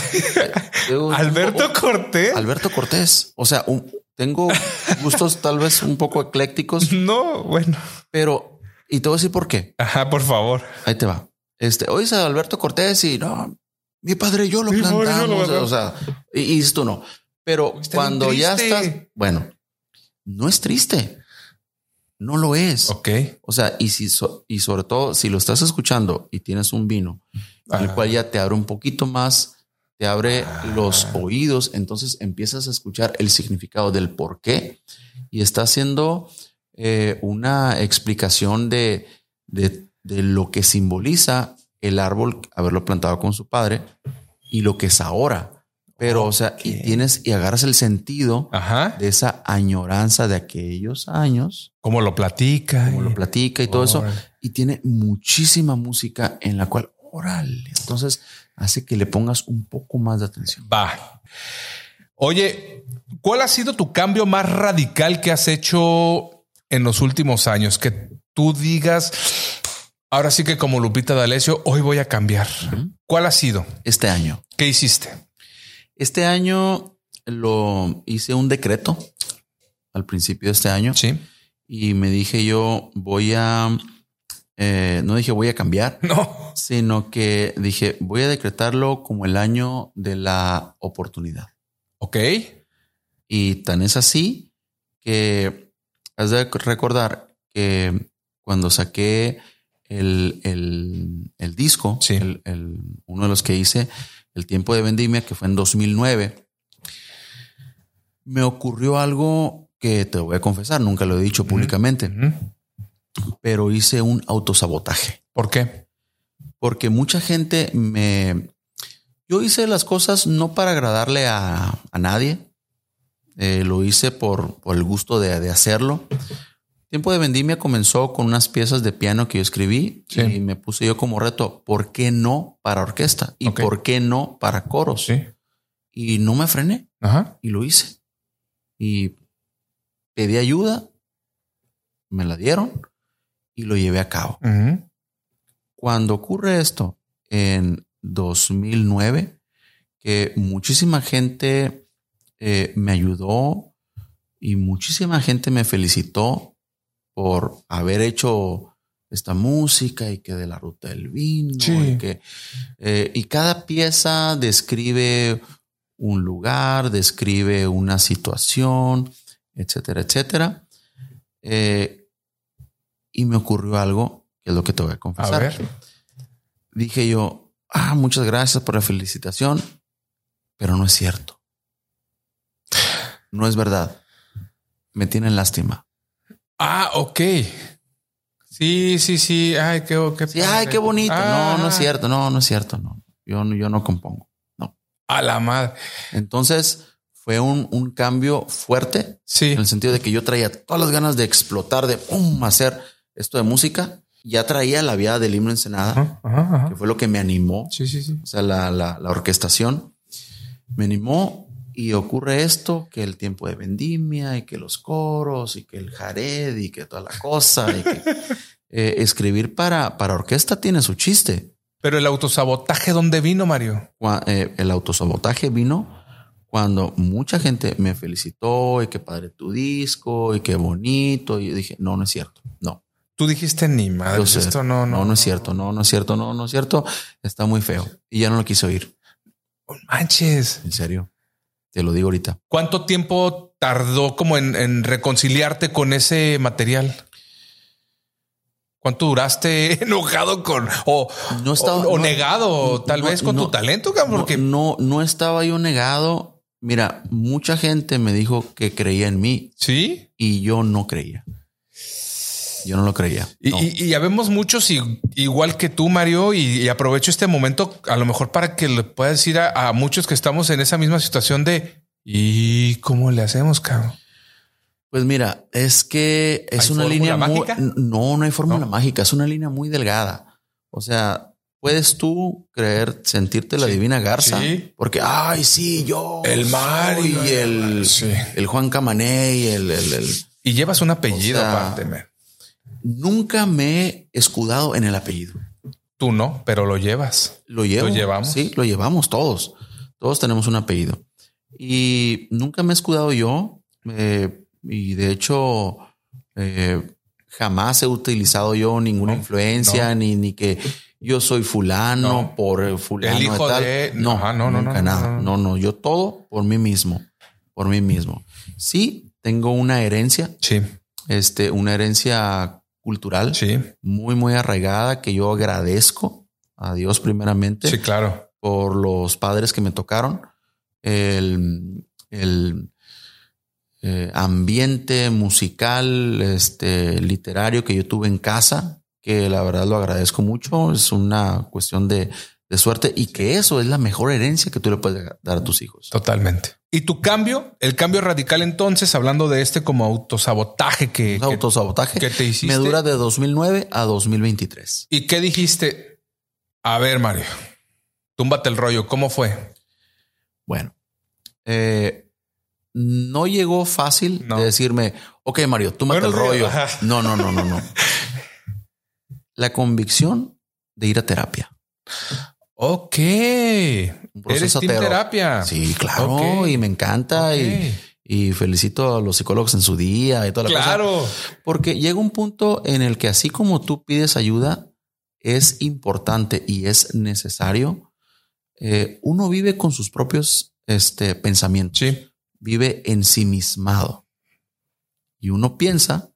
Speaker 2: Oh,
Speaker 1: Alberto Cortés.
Speaker 2: Alberto Cortés. O sea, un- tengo gustos tal vez un poco eclécticos,
Speaker 1: No, bueno.
Speaker 2: pero y te voy a decir por qué.
Speaker 1: Ajá, por favor.
Speaker 2: Ahí te va. Este hoy es Alberto Cortés y no, mi padre y yo lo
Speaker 1: Mi padre y yo lo
Speaker 2: plantamos.
Speaker 1: plantamos.
Speaker 2: o sea, y, y tú no. Pero
Speaker 1: Está bien
Speaker 2: cuando ya
Speaker 1: triste.
Speaker 2: estás, bueno, no es triste. No lo es.
Speaker 1: Ok.
Speaker 2: O sea, y si so- y sobre todo si lo estás escuchando y tienes un vino, el
Speaker 1: Ah.
Speaker 2: cual ya te abre un poquito más, te abre los oídos, entonces empiezas a escuchar el significado del por qué y está haciendo eh, una explicación de, de- de lo que simboliza el árbol haberlo plantado con su padre y lo que es ahora. Pero, o sea, y
Speaker 1: Ok. Ah.
Speaker 2: tienes y agarras el sentido
Speaker 1: Ajá.
Speaker 2: de esa añoranza de aquellos años
Speaker 1: ¿Cómo lo platica?
Speaker 2: como lo platica y todo eso.
Speaker 1: Órale.
Speaker 2: Y tiene muchísima música en la cual, órale, entonces hace que le pongas un poco más de atención.
Speaker 1: Va. Oye, ¿cuál ha sido tu cambio más radical que has hecho en los últimos años? Que tú digas, ahora sí que como Lupita D'Alessio, hoy voy a cambiar.
Speaker 2: Ujú.
Speaker 1: ¿Cuál ha sido?
Speaker 2: Este año.
Speaker 1: ¿Qué hiciste?
Speaker 2: Este año lo hice un decreto al principio de este año
Speaker 1: Sí.
Speaker 2: y me dije yo voy a, eh, no dije voy a cambiar,
Speaker 1: No.
Speaker 2: sino que dije voy a decretarlo como el año de la oportunidad.
Speaker 1: Ok.
Speaker 2: Y tan es así que has de recordar que cuando saqué el, el- el disco,
Speaker 1: Sí.
Speaker 2: el- el- uno de los que hice, El tiempo de vendimia, que fue en 2009, me ocurrió algo que te voy a confesar, nunca lo he dicho públicamente,
Speaker 1: Ujú.
Speaker 2: pero hice un autosabotaje.
Speaker 1: ¿Por qué?
Speaker 2: Porque mucha gente me... Yo hice las cosas no para agradarle a, a nadie, eh, lo hice por, por el gusto de, de hacerlo. Tiempo de vendimia comenzó con unas piezas de piano que yo escribí
Speaker 1: Sí.
Speaker 2: y me puse yo como reto, ¿por qué no para orquesta? ¿Y
Speaker 1: Ok.
Speaker 2: por qué no para coros?
Speaker 1: Pues Sí.
Speaker 2: Y no me frené
Speaker 1: Ajá.
Speaker 2: y lo hice. Y pedí ayuda, me la dieron y lo llevé a cabo.
Speaker 1: Ujú.
Speaker 2: Cuando ocurre esto en 2009, que muchísima gente eh, me ayudó y muchísima gente me felicitó por haber hecho esta música y que de la ruta del vino
Speaker 1: Sí.
Speaker 2: y que eh, y cada pieza describe un lugar, describe una situación, etcétera, etcétera. Eh, y me ocurrió algo que es lo que te voy a
Speaker 1: A
Speaker 2: confesar
Speaker 1: ver.
Speaker 2: dije yo, ah, muchas gracias por la felicitación, pero no es cierto. No es verdad. Me tienen lástima.
Speaker 1: Ah, ok. Sí, sí, sí. Ay, qué, oh, qué
Speaker 2: Sí, ay, qué bonito.
Speaker 1: Ah.
Speaker 2: No, no es cierto. No, no es cierto. No, yo, no- yo no compongo.
Speaker 1: A la madre.
Speaker 2: Entonces fue un, un cambio fuerte
Speaker 1: Sí.
Speaker 2: en el sentido de que yo traía todas las ganas de explotar, de pum, hacer esto de música. Ya traía la vía del himno Ensenada,
Speaker 1: Ajá, ajá, ajá.
Speaker 2: que fue lo que me animó
Speaker 1: Sí, sí, sí.
Speaker 2: o sea, la, la- la orquestación. Me animó y ocurre esto, que el tiempo de vendimia y que los coros y que el jared y que toda la cosa. y que, eh, escribir para, para orquesta tiene su chiste.
Speaker 1: Pero el autosabotaje, ¿dónde vino, Mario?
Speaker 2: Cua- eh, el autosabotaje vino cuando mucha gente me felicitó y que padre tu disco y que bonito. Y yo dije, no, no es cierto. No,
Speaker 1: Tú dijiste ni madre.
Speaker 2: Yo sé.
Speaker 1: Esto no, no,
Speaker 2: no, no es cierto. No, no es cierto. No, no es cierto. Está muy feo. Y ya no lo quise oír.
Speaker 1: Manches.
Speaker 2: En serio. Te lo digo ahorita.
Speaker 1: ¿Cuánto tiempo tardó como en, en reconciliarte con ese material? ¿Cuánto duraste enojado con o,
Speaker 2: No estaba-
Speaker 1: o- o
Speaker 2: no-
Speaker 1: negado
Speaker 2: no-
Speaker 1: tal
Speaker 2: no-
Speaker 1: vez con
Speaker 2: no-
Speaker 1: tu talento? cabrón? Porque
Speaker 2: No, no, no estaba yo negado. Mira, mucha gente me dijo que creía en mí
Speaker 1: sí.
Speaker 2: y yo no creía. Yo no lo creía.
Speaker 1: Y,
Speaker 2: No.
Speaker 1: y- y ya vemos muchos i- igual que tú, Mario, y, y aprovecho este momento a lo mejor para que le pueda decir a, a muchos que estamos en esa misma situación de ¿y cómo le hacemos, cabrón?
Speaker 2: Pues mira, es que es
Speaker 1: ¿Hay
Speaker 2: una línea
Speaker 1: fórmula
Speaker 2: muy-
Speaker 1: mágica?
Speaker 2: no, no hay fórmula
Speaker 1: No.
Speaker 2: mágica, es una línea muy delgada. O sea, puedes tú creer, sentirte la
Speaker 1: Sí.
Speaker 2: divina garza,
Speaker 1: Sí.
Speaker 2: porque ay, sí, yo
Speaker 1: El Mario.
Speaker 2: soy y el,
Speaker 1: Sí.
Speaker 2: el Juan Camané y el, el- el-
Speaker 1: Y llevas un apellido
Speaker 2: O sea,
Speaker 1: aparte, man.
Speaker 2: nunca me he escudado en el apellido.
Speaker 1: Tú no, pero lo llevas.
Speaker 2: Lo llevo.
Speaker 1: ¿Lo llevamos?
Speaker 2: Sí, lo llevamos todos. Todos tenemos un apellido. Y nunca me he escudado yo. eh, y de hecho, eh, jamás he utilizado yo ninguna
Speaker 1: No,
Speaker 2: influencia, ni, ni que yo soy fulano
Speaker 1: No.
Speaker 2: por eh, fulano.
Speaker 1: El
Speaker 2: de
Speaker 1: hijo
Speaker 2: tal.
Speaker 1: de-
Speaker 2: No,
Speaker 1: Ajá, no, no,
Speaker 2: nunca
Speaker 1: no, no,
Speaker 2: nada.
Speaker 1: no, no.
Speaker 2: No, no, yo todo por mí mismo. Por mí mismo. Sí, tengo una herencia,
Speaker 1: Sí,
Speaker 2: este, una herencia cultural
Speaker 1: sí,
Speaker 2: muy, muy arraigada que yo agradezco a Dios primeramente
Speaker 1: sí, claro.
Speaker 2: por los padres que me tocaron, el, el, eh, ambiente musical, este, literario que yo tuve en casa, que la verdad lo agradezco mucho, es una cuestión de, de suerte y que eso es la mejor herencia que tú le puedes dar a tus hijos.
Speaker 1: Totalmente. Y tu cambio, el cambio radical entonces, hablando de este como autosabotaje que,
Speaker 2: Un
Speaker 1: que-
Speaker 2: autosabotaje
Speaker 1: que te hiciste.
Speaker 2: me dura de 2009 a 2023.
Speaker 1: ¿Y qué dijiste? A ver, Mario, túmbate el rollo. ¿Cómo fue?
Speaker 2: Bueno, eh, no llegó fácil
Speaker 1: No.
Speaker 2: de decirme, ok, Mario, tú mata el
Speaker 1: Buenos
Speaker 2: rollo.
Speaker 1: días. Ajá.
Speaker 2: No, no, no, no, no. La convicción de ir a terapia.
Speaker 1: Ok. Eres
Speaker 2: Un
Speaker 1: team
Speaker 2: tero-
Speaker 1: terapia.
Speaker 2: Sí, claro,
Speaker 1: Ok.
Speaker 2: y me encanta
Speaker 1: Ok.
Speaker 2: y, y felicito a los psicólogos en su día y toda la cosa.
Speaker 1: Claro.
Speaker 2: Porque llega un punto en el que así como tú pides ayuda, es importante y es necesario. eh, uno vive con sus propios este, pensamientos.
Speaker 1: Sí.
Speaker 2: vive ensimismado. Y uno piensa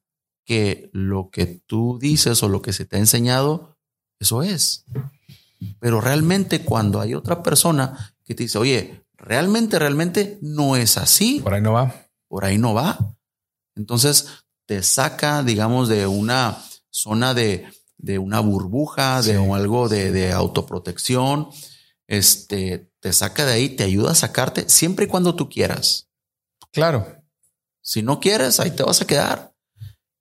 Speaker 2: que lo que tú dices o lo que se te ha enseñado, eso es. Pero realmente cuando hay otra persona que te dice, oye, realmente, realmente no es así,
Speaker 1: Por ahí no va.
Speaker 2: por ahí no va. Entonces te saca, digamos, de una zona de, de una burbuja, de
Speaker 1: Sí.
Speaker 2: algo de, de autoprotección. Este, te saca de ahí, te ayuda a sacarte siempre y cuando tú quieras.
Speaker 1: Claro.
Speaker 2: Si no quieres, ahí te vas a quedar.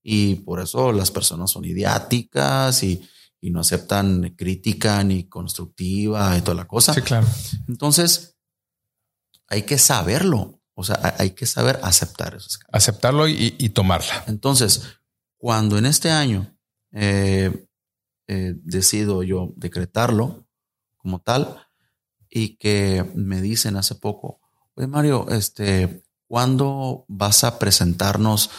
Speaker 2: Y por eso las personas son idiáticas y, y no aceptan crítica ni constructiva y toda la cosa.
Speaker 1: Sí, claro.
Speaker 2: Entonces, hay que saberlo. O sea, hay- hay que saber aceptar esas cosas.
Speaker 1: Aceptarlo y, y tomarla.
Speaker 2: Entonces, cuando en este año eh, eh, decido yo decretarlo como tal y que me dicen hace poco, oye Mario, este, ¿cuándo vas a presentarnos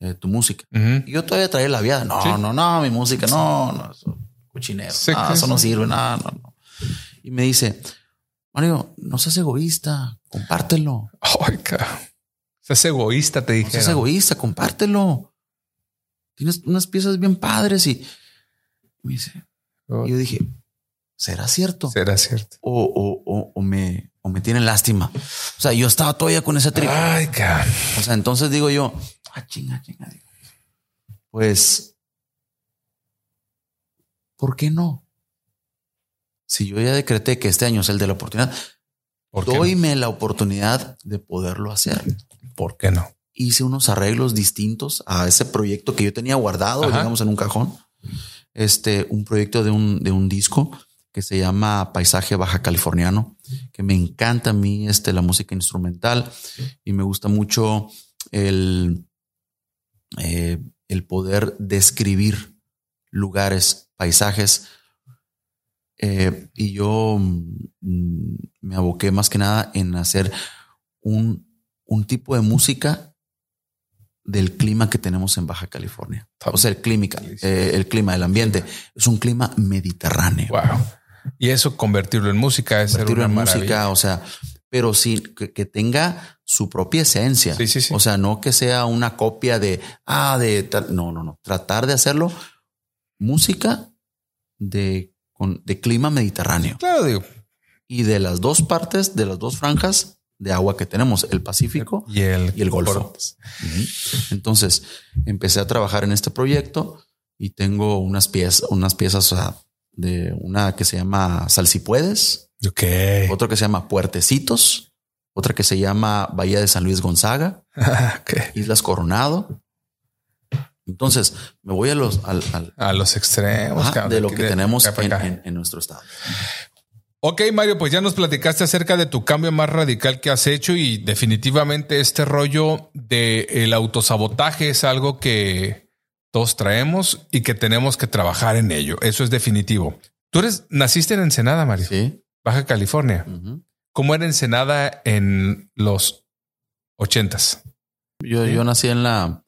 Speaker 2: eh, tu música?
Speaker 1: Ujú.
Speaker 2: Y Yo todavía traía la viada. No,
Speaker 1: Sí.
Speaker 2: no, no, mi música, no, no, eso, cochinero.
Speaker 1: Sí,
Speaker 2: no,
Speaker 1: que
Speaker 2: eso no
Speaker 1: sí.
Speaker 2: sirve, no, no, no. Y me dice, Mario, no seas egoísta, compártelo.
Speaker 1: Ay, cabrón. Estás egoísta, te
Speaker 2: No
Speaker 1: dije.
Speaker 2: seas egoísta, compártelo. Tienes unas piezas bien padres y me dice, y yo dije, ¿será cierto?
Speaker 1: Oh, Será cierto.
Speaker 2: O, o- o- o me, o me tienen lástima. O sea, yo estaba todavía con esa tripa.
Speaker 1: Ay, cabrón.
Speaker 2: O sea, entonces digo yo, ah, chinga, chinga, digo. Pues, ¿por qué no? Si yo ya decreté que este año es el de la oportunidad,
Speaker 1: ¿Por qué, no?
Speaker 2: doyme la oportunidad de poderlo hacer.
Speaker 1: ¿Por qué no?
Speaker 2: Hice unos arreglos distintos a ese proyecto que yo tenía guardado,
Speaker 1: Ajá.
Speaker 2: digamos, en un cajón. Este, un proyecto de un, de un disco que se llama Paisaje Baja Californiano, que me encanta a mí este, la música instrumental y me gusta mucho el, eh, el poder describir lugares, paisajes. Eh, y yo mm, me aboqué más que nada en hacer un, un tipo de música del clima que tenemos en Baja California. O sea, el clima, eh, el clima, el ambiente. Es un clima mediterráneo
Speaker 1: Wow. Y eso convertirlo en música es ser
Speaker 2: convertirlo
Speaker 1: una
Speaker 2: en
Speaker 1: maravilla.
Speaker 2: música, o sea, pero sí que, que tenga su propia esencia.
Speaker 1: Sí, sí, sí.
Speaker 2: O sea, no que sea una copia de, ah, de tal. No, no, no. Tratar de hacerlo música de, con, de clima mediterráneo
Speaker 1: Claro, digo.
Speaker 2: y de las dos partes, de las dos franjas de agua que tenemos, el Pacífico
Speaker 1: Y el,
Speaker 2: y el Golfo.
Speaker 1: Por-
Speaker 2: Ujú. Entonces empecé a trabajar en este proyecto y tengo unas piezas, unas piezas o sea, de una que se llama Salsipuedes,
Speaker 1: Ok.
Speaker 2: otra que se llama Puertecitos, otra que se llama Bahía de San Luis Gonzaga,
Speaker 1: Ok.
Speaker 2: Islas Coronado. Entonces me voy a los al, al-
Speaker 1: A los extremos.
Speaker 2: ajá,
Speaker 1: cabrón.
Speaker 2: Ah, de lo
Speaker 1: Aquí
Speaker 2: que tenemos
Speaker 1: acá para
Speaker 2: en,
Speaker 1: acá.
Speaker 2: en- en nuestro estado.
Speaker 1: Ok, Mario, pues ya nos platicaste acerca de tu cambio más radical que has hecho y definitivamente este rollo del el autosabotaje es algo que todos traemos y que tenemos que trabajar en ello. Eso es definitivo. Tú eres, naciste en Ensenada, Mario,
Speaker 2: Sí.
Speaker 1: Baja California.
Speaker 2: Ujú.
Speaker 1: ¿Cómo era Ensenada en los ochentas?
Speaker 2: Yo, yo nací en la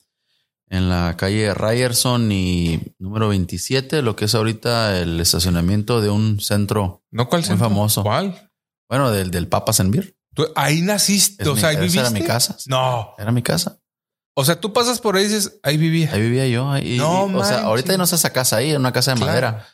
Speaker 2: en la calle Ryerson y número 27, lo que es ahorita el estacionamiento de un centro,
Speaker 1: ¿No cuál
Speaker 2: Muy
Speaker 1: centro?
Speaker 2: famoso.
Speaker 1: ¿Cuál?
Speaker 2: bueno, del, del Papa Senvir.
Speaker 1: Tú- ahí naciste,
Speaker 2: Es
Speaker 1: o
Speaker 2: mi-
Speaker 1: sea, ahí
Speaker 2: esa
Speaker 1: viviste.
Speaker 2: era mi casa.
Speaker 1: No,
Speaker 2: Era mi casa.
Speaker 1: o sea, tú pasas por ahí y dices, ahí vivía.
Speaker 2: Ahí vivía yo. ahí-
Speaker 1: No
Speaker 2: o sea,
Speaker 1: manches.
Speaker 2: ahorita no está esa casa ahí, era una casa de
Speaker 1: Claro.
Speaker 2: madera.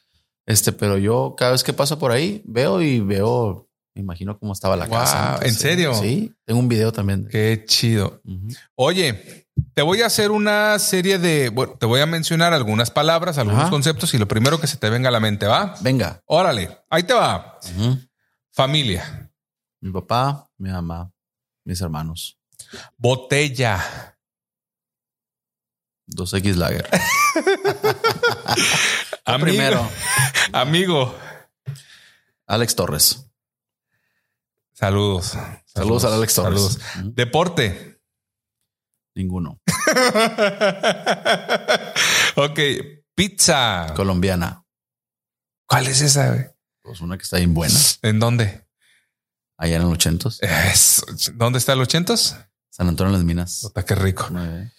Speaker 2: Este, pero yo cada vez que paso por ahí veo y veo, me imagino cómo estaba la
Speaker 1: Wow,
Speaker 2: casa. eh.
Speaker 1: ¿en serio?
Speaker 2: Sí, tengo un video también.
Speaker 1: Qué chido.
Speaker 2: Ujú.
Speaker 1: Oye, te voy a hacer una serie de. Bueno, te voy a mencionar algunas palabras, algunos
Speaker 2: Ajá.
Speaker 1: conceptos y lo primero que se te venga a la mente, ¿va?
Speaker 2: Venga.
Speaker 1: Órale, ahí te va.
Speaker 2: Ujú.
Speaker 1: Familia,
Speaker 2: Mi papá, mi mamá, mis hermanos.
Speaker 1: botella,
Speaker 2: 2X Lager.
Speaker 1: amigo,
Speaker 2: Primero,
Speaker 1: amigo.
Speaker 2: Alex Torres.
Speaker 1: Saludos.
Speaker 2: Saludos, al Alex Torres.
Speaker 1: Saludos.
Speaker 2: Ujú.
Speaker 1: Deporte.
Speaker 2: Ninguno.
Speaker 1: ok, pizza.
Speaker 2: Colombiana.
Speaker 1: ¿Cuál es esa? güey?
Speaker 2: Pues una que está bien buena.
Speaker 1: ¿En dónde?
Speaker 2: Allá en los 80
Speaker 1: Eh. Es- ¿Dónde está el 80s?
Speaker 2: San Antonio en las Minas.
Speaker 1: Puta, qué rico.
Speaker 2: Nueve.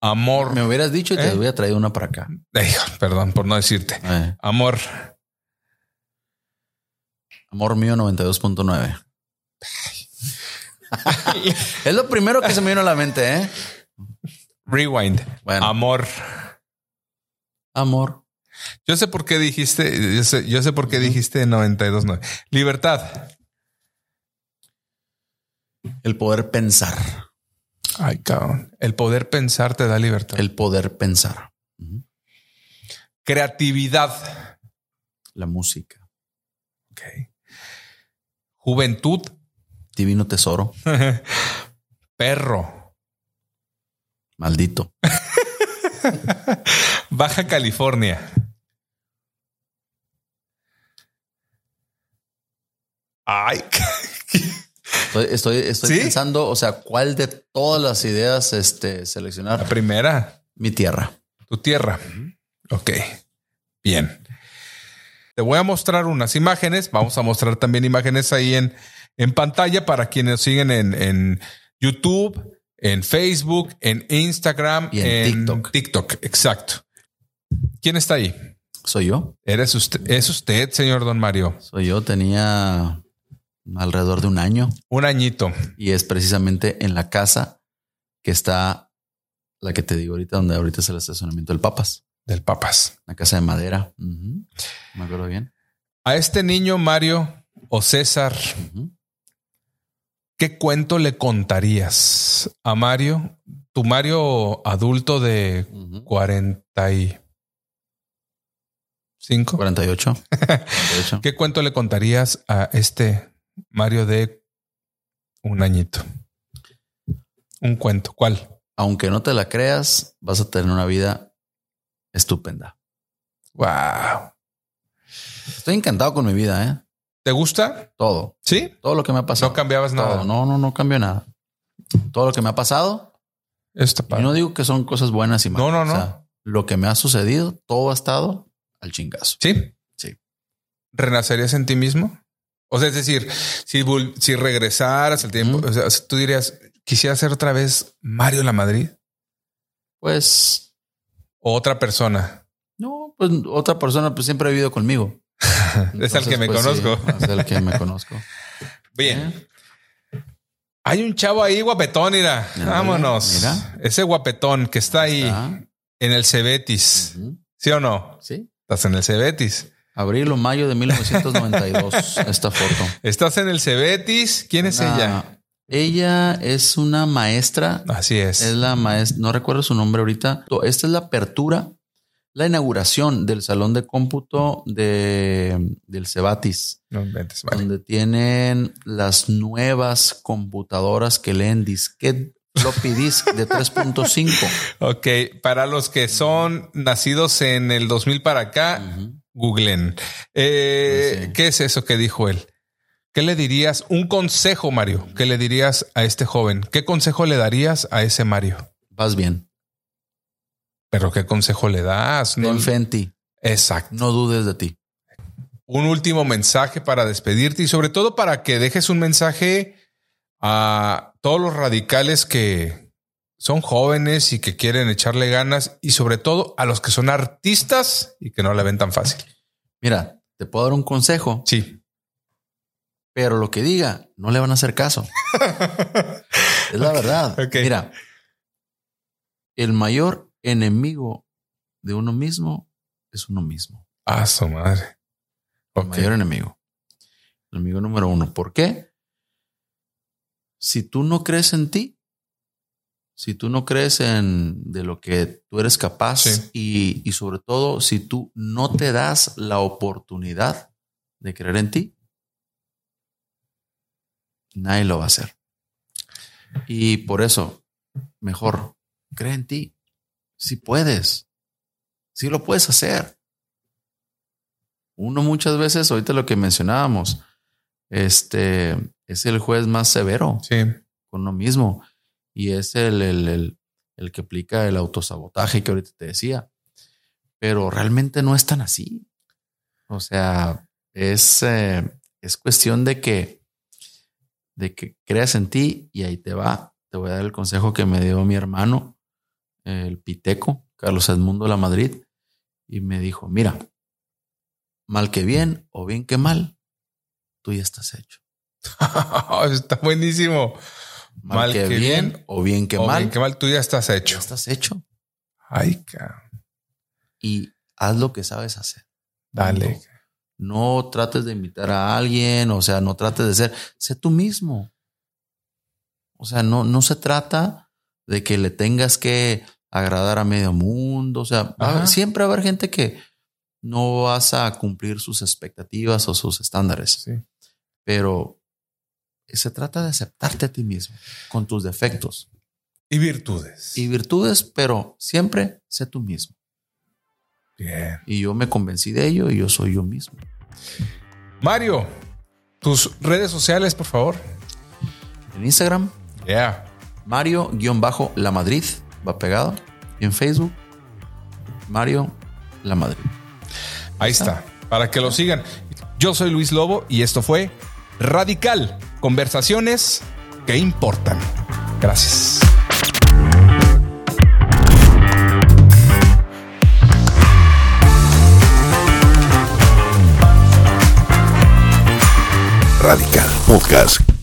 Speaker 1: Amor.
Speaker 2: Me hubieras dicho y te
Speaker 1: ¿Eh?
Speaker 2: hubiera traído una para acá.
Speaker 1: Ay, perdón por no decirte.
Speaker 2: Eh,
Speaker 1: Amor.
Speaker 2: amor mío 92.9. es lo primero que se me vino a la mente, ¿eh?
Speaker 1: Rewind.
Speaker 2: Bueno.
Speaker 1: Amor.
Speaker 2: Amor.
Speaker 1: Yo sé por qué dijiste, yo sé, yo sé por qué dijiste 92.9. Libertad.
Speaker 2: El poder pensar.
Speaker 1: Ay, cabrón. El poder pensar te da libertad.
Speaker 2: El poder pensar. Ujú.
Speaker 1: Creatividad.
Speaker 2: La música.
Speaker 1: Ok. Juventud.
Speaker 2: Divino tesoro.
Speaker 1: Perro.
Speaker 2: Maldito.
Speaker 1: Baja California. Ay,
Speaker 2: Estoy, estoy, estoy
Speaker 1: ¿Sí?
Speaker 2: pensando, o sea, cuál de todas las ideas este, seleccionar.
Speaker 1: la primera.
Speaker 2: Mi tierra.
Speaker 1: Tu tierra. Ok. Bien. Te voy a mostrar unas imágenes. Vamos a mostrar también imágenes ahí en, en pantalla para quienes nos siguen en, en YouTube, en Facebook, en Instagram,
Speaker 2: Y en TikTok.
Speaker 1: TikTok. Exacto. ¿Quién está ahí?
Speaker 2: Soy yo.
Speaker 1: ¿Eres usted, es usted, señor Don Mario.
Speaker 2: Soy yo. Tenía alrededor de un año
Speaker 1: Un añito.
Speaker 2: y es precisamente en la casa que está la que te digo ahorita, donde ahorita es el estacionamiento del Papas,
Speaker 1: Del papas.
Speaker 2: la casa de madera. Ujú. Me acuerdo bien.
Speaker 1: A este niño, Mario o César,
Speaker 2: Ujú.
Speaker 1: ¿qué cuento le contarías a Mario? Tu Mario adulto de
Speaker 2: Ujú.
Speaker 1: 45.
Speaker 2: 48. 48.
Speaker 1: ¿Qué cuento le contarías a este Mario de un añito? Un cuento. ¿Cuál?
Speaker 2: Aunque no te la creas, vas a tener una vida estupenda.
Speaker 1: Wow.
Speaker 2: Estoy encantado con mi vida, ¿eh?
Speaker 1: ¿Te gusta?
Speaker 2: Todo,
Speaker 1: Sí.
Speaker 2: todo lo que me ha pasado.
Speaker 1: No cambiabas
Speaker 2: Todo.
Speaker 1: nada.
Speaker 2: No, no, no cambió nada. Todo lo que me ha pasado,
Speaker 1: Eso está
Speaker 2: y
Speaker 1: padre.
Speaker 2: no digo que son cosas buenas y
Speaker 1: No,
Speaker 2: malas.
Speaker 1: no, no.
Speaker 2: O sea, lo que me ha sucedido, todo ha estado al chingazo.
Speaker 1: Sí.
Speaker 2: Sí.
Speaker 1: ¿Renacerías en ti mismo? O sea, es decir, si, vol- si regresaras el tiempo,
Speaker 2: Ujú.
Speaker 1: o sea, tú dirías, quisiera ser otra vez Mario La Madrid
Speaker 2: Pues
Speaker 1: o otra persona.
Speaker 2: no, pues otra persona pues siempre ha vivido conmigo.
Speaker 1: es al que me
Speaker 2: pues, sí,
Speaker 1: conozco.
Speaker 2: es el que me conozco.
Speaker 1: Bien.
Speaker 2: ¿Eh?
Speaker 1: Hay un chavo ahí guapetón, mira.
Speaker 2: Mira,
Speaker 1: Vámonos.
Speaker 2: mira.
Speaker 1: Ese guapetón que está ahí
Speaker 2: Ah,
Speaker 1: en el Cebetis.
Speaker 2: ujú.
Speaker 1: ¿Sí o no?
Speaker 2: Sí.
Speaker 1: Estás en el Cebetis.
Speaker 2: Abril o mayo de 1992, esta foto.
Speaker 1: Estás en el Cebetis. ¿Quién es
Speaker 2: Una-
Speaker 1: ella?
Speaker 2: Ella es una maestra.
Speaker 1: Así es.
Speaker 2: Es la maestra, no recuerdo su nombre ahorita. Esta es la apertura, la inauguración del salón de cómputo de, del Cebatis,
Speaker 1: No inventes, vale.
Speaker 2: donde tienen las nuevas computadoras que leen disquete floppy disk de 3.5.
Speaker 1: Ok, para los que son nacidos en el 2000 para acá,
Speaker 2: Ujú.
Speaker 1: googlen. Eh,
Speaker 2: Mm. Pues Sí.
Speaker 1: ¿Qué es eso que dijo él? ¿Qué le dirías? Un consejo, Mario. ¿Qué le dirías a este joven? ¿Qué consejo le darías a ese Mario?
Speaker 2: Vas bien.
Speaker 1: Pero ¿qué consejo le das? No,
Speaker 2: Ten fe en ti.
Speaker 1: exacto.
Speaker 2: No dudes de ti.
Speaker 1: Un último mensaje para despedirte y sobre todo para que dejes un mensaje a todos los radicales que son jóvenes y que quieren echarle ganas y sobre todo a los que son artistas y que no la ven tan fácil.
Speaker 2: Mira, te puedo dar un consejo,
Speaker 1: Sí.
Speaker 2: pero lo que diga no le van a hacer caso. Es la verdad.
Speaker 1: ok.
Speaker 2: Mira, el mayor enemigo de uno mismo es uno mismo.
Speaker 1: ah, su madre.
Speaker 2: El
Speaker 1: Ok.
Speaker 2: mayor enemigo. El enemigo número uno. ¿Por qué? Si tú no crees en ti, si tú no crees en de lo que tú eres capaz
Speaker 1: Sí.
Speaker 2: y, y sobre todo si tú no te das la oportunidad de creer en ti, nadie lo va a hacer. Y por eso, mejor, cree en ti. Si puedes, si lo puedes hacer. Uno muchas veces, ahorita lo que mencionábamos, este es el juez más severo
Speaker 1: Sí.
Speaker 2: con uno mismo y es el, el, el- el que aplica el autosabotaje que ahorita te decía. Pero realmente no es tan así. O sea, es, eh, es cuestión de que, de que creas en ti y ahí te va. Te voy a dar el consejo que me dio mi hermano, el Piteco, Carlos Edmundo de la Madrid, y me dijo, mira, mal que bien o bien que mal, tú ya estás hecho.
Speaker 1: Está buenísimo.
Speaker 2: Mal,
Speaker 1: Mal
Speaker 2: que,
Speaker 1: que
Speaker 2: bien,
Speaker 1: bien
Speaker 2: o bien que
Speaker 1: Oh,
Speaker 2: mal,
Speaker 1: bien, Qué mal tú ya estás
Speaker 2: ya
Speaker 1: hecho.
Speaker 2: estás hecho.
Speaker 1: Ay, cabrón.
Speaker 2: y haz lo que sabes hacer.
Speaker 1: Dale.
Speaker 2: Punto. No trates de imitar a alguien, o sea, no trates de ser, sé tú mismo. O sea, no, no se trata de que le tengas que agradar a medio mundo. O sea, va a haber-
Speaker 1: Ajá.
Speaker 2: siempre va a haber gente que no vas a cumplir sus expectativas o sus estándares,
Speaker 1: Sí.
Speaker 2: pero se trata de aceptarte a ti mismo con tus defectos
Speaker 1: Y virtudes.
Speaker 2: y virtudes, pero siempre sé tú mismo.
Speaker 1: Bien.
Speaker 2: Y yo me convencí de ello y yo soy yo mismo.
Speaker 1: Mario, tus redes sociales, por favor.
Speaker 2: En Instagram,
Speaker 1: Yeah.
Speaker 2: Mario-La Madrid, va pegado. Y en Facebook, Mario La Madrid.
Speaker 1: Ahí está. Para que lo sigan. Yo soy Luis Lobo y esto fue Radical. Conversaciones que importan. Gracias.
Speaker 3: Radical Podcast.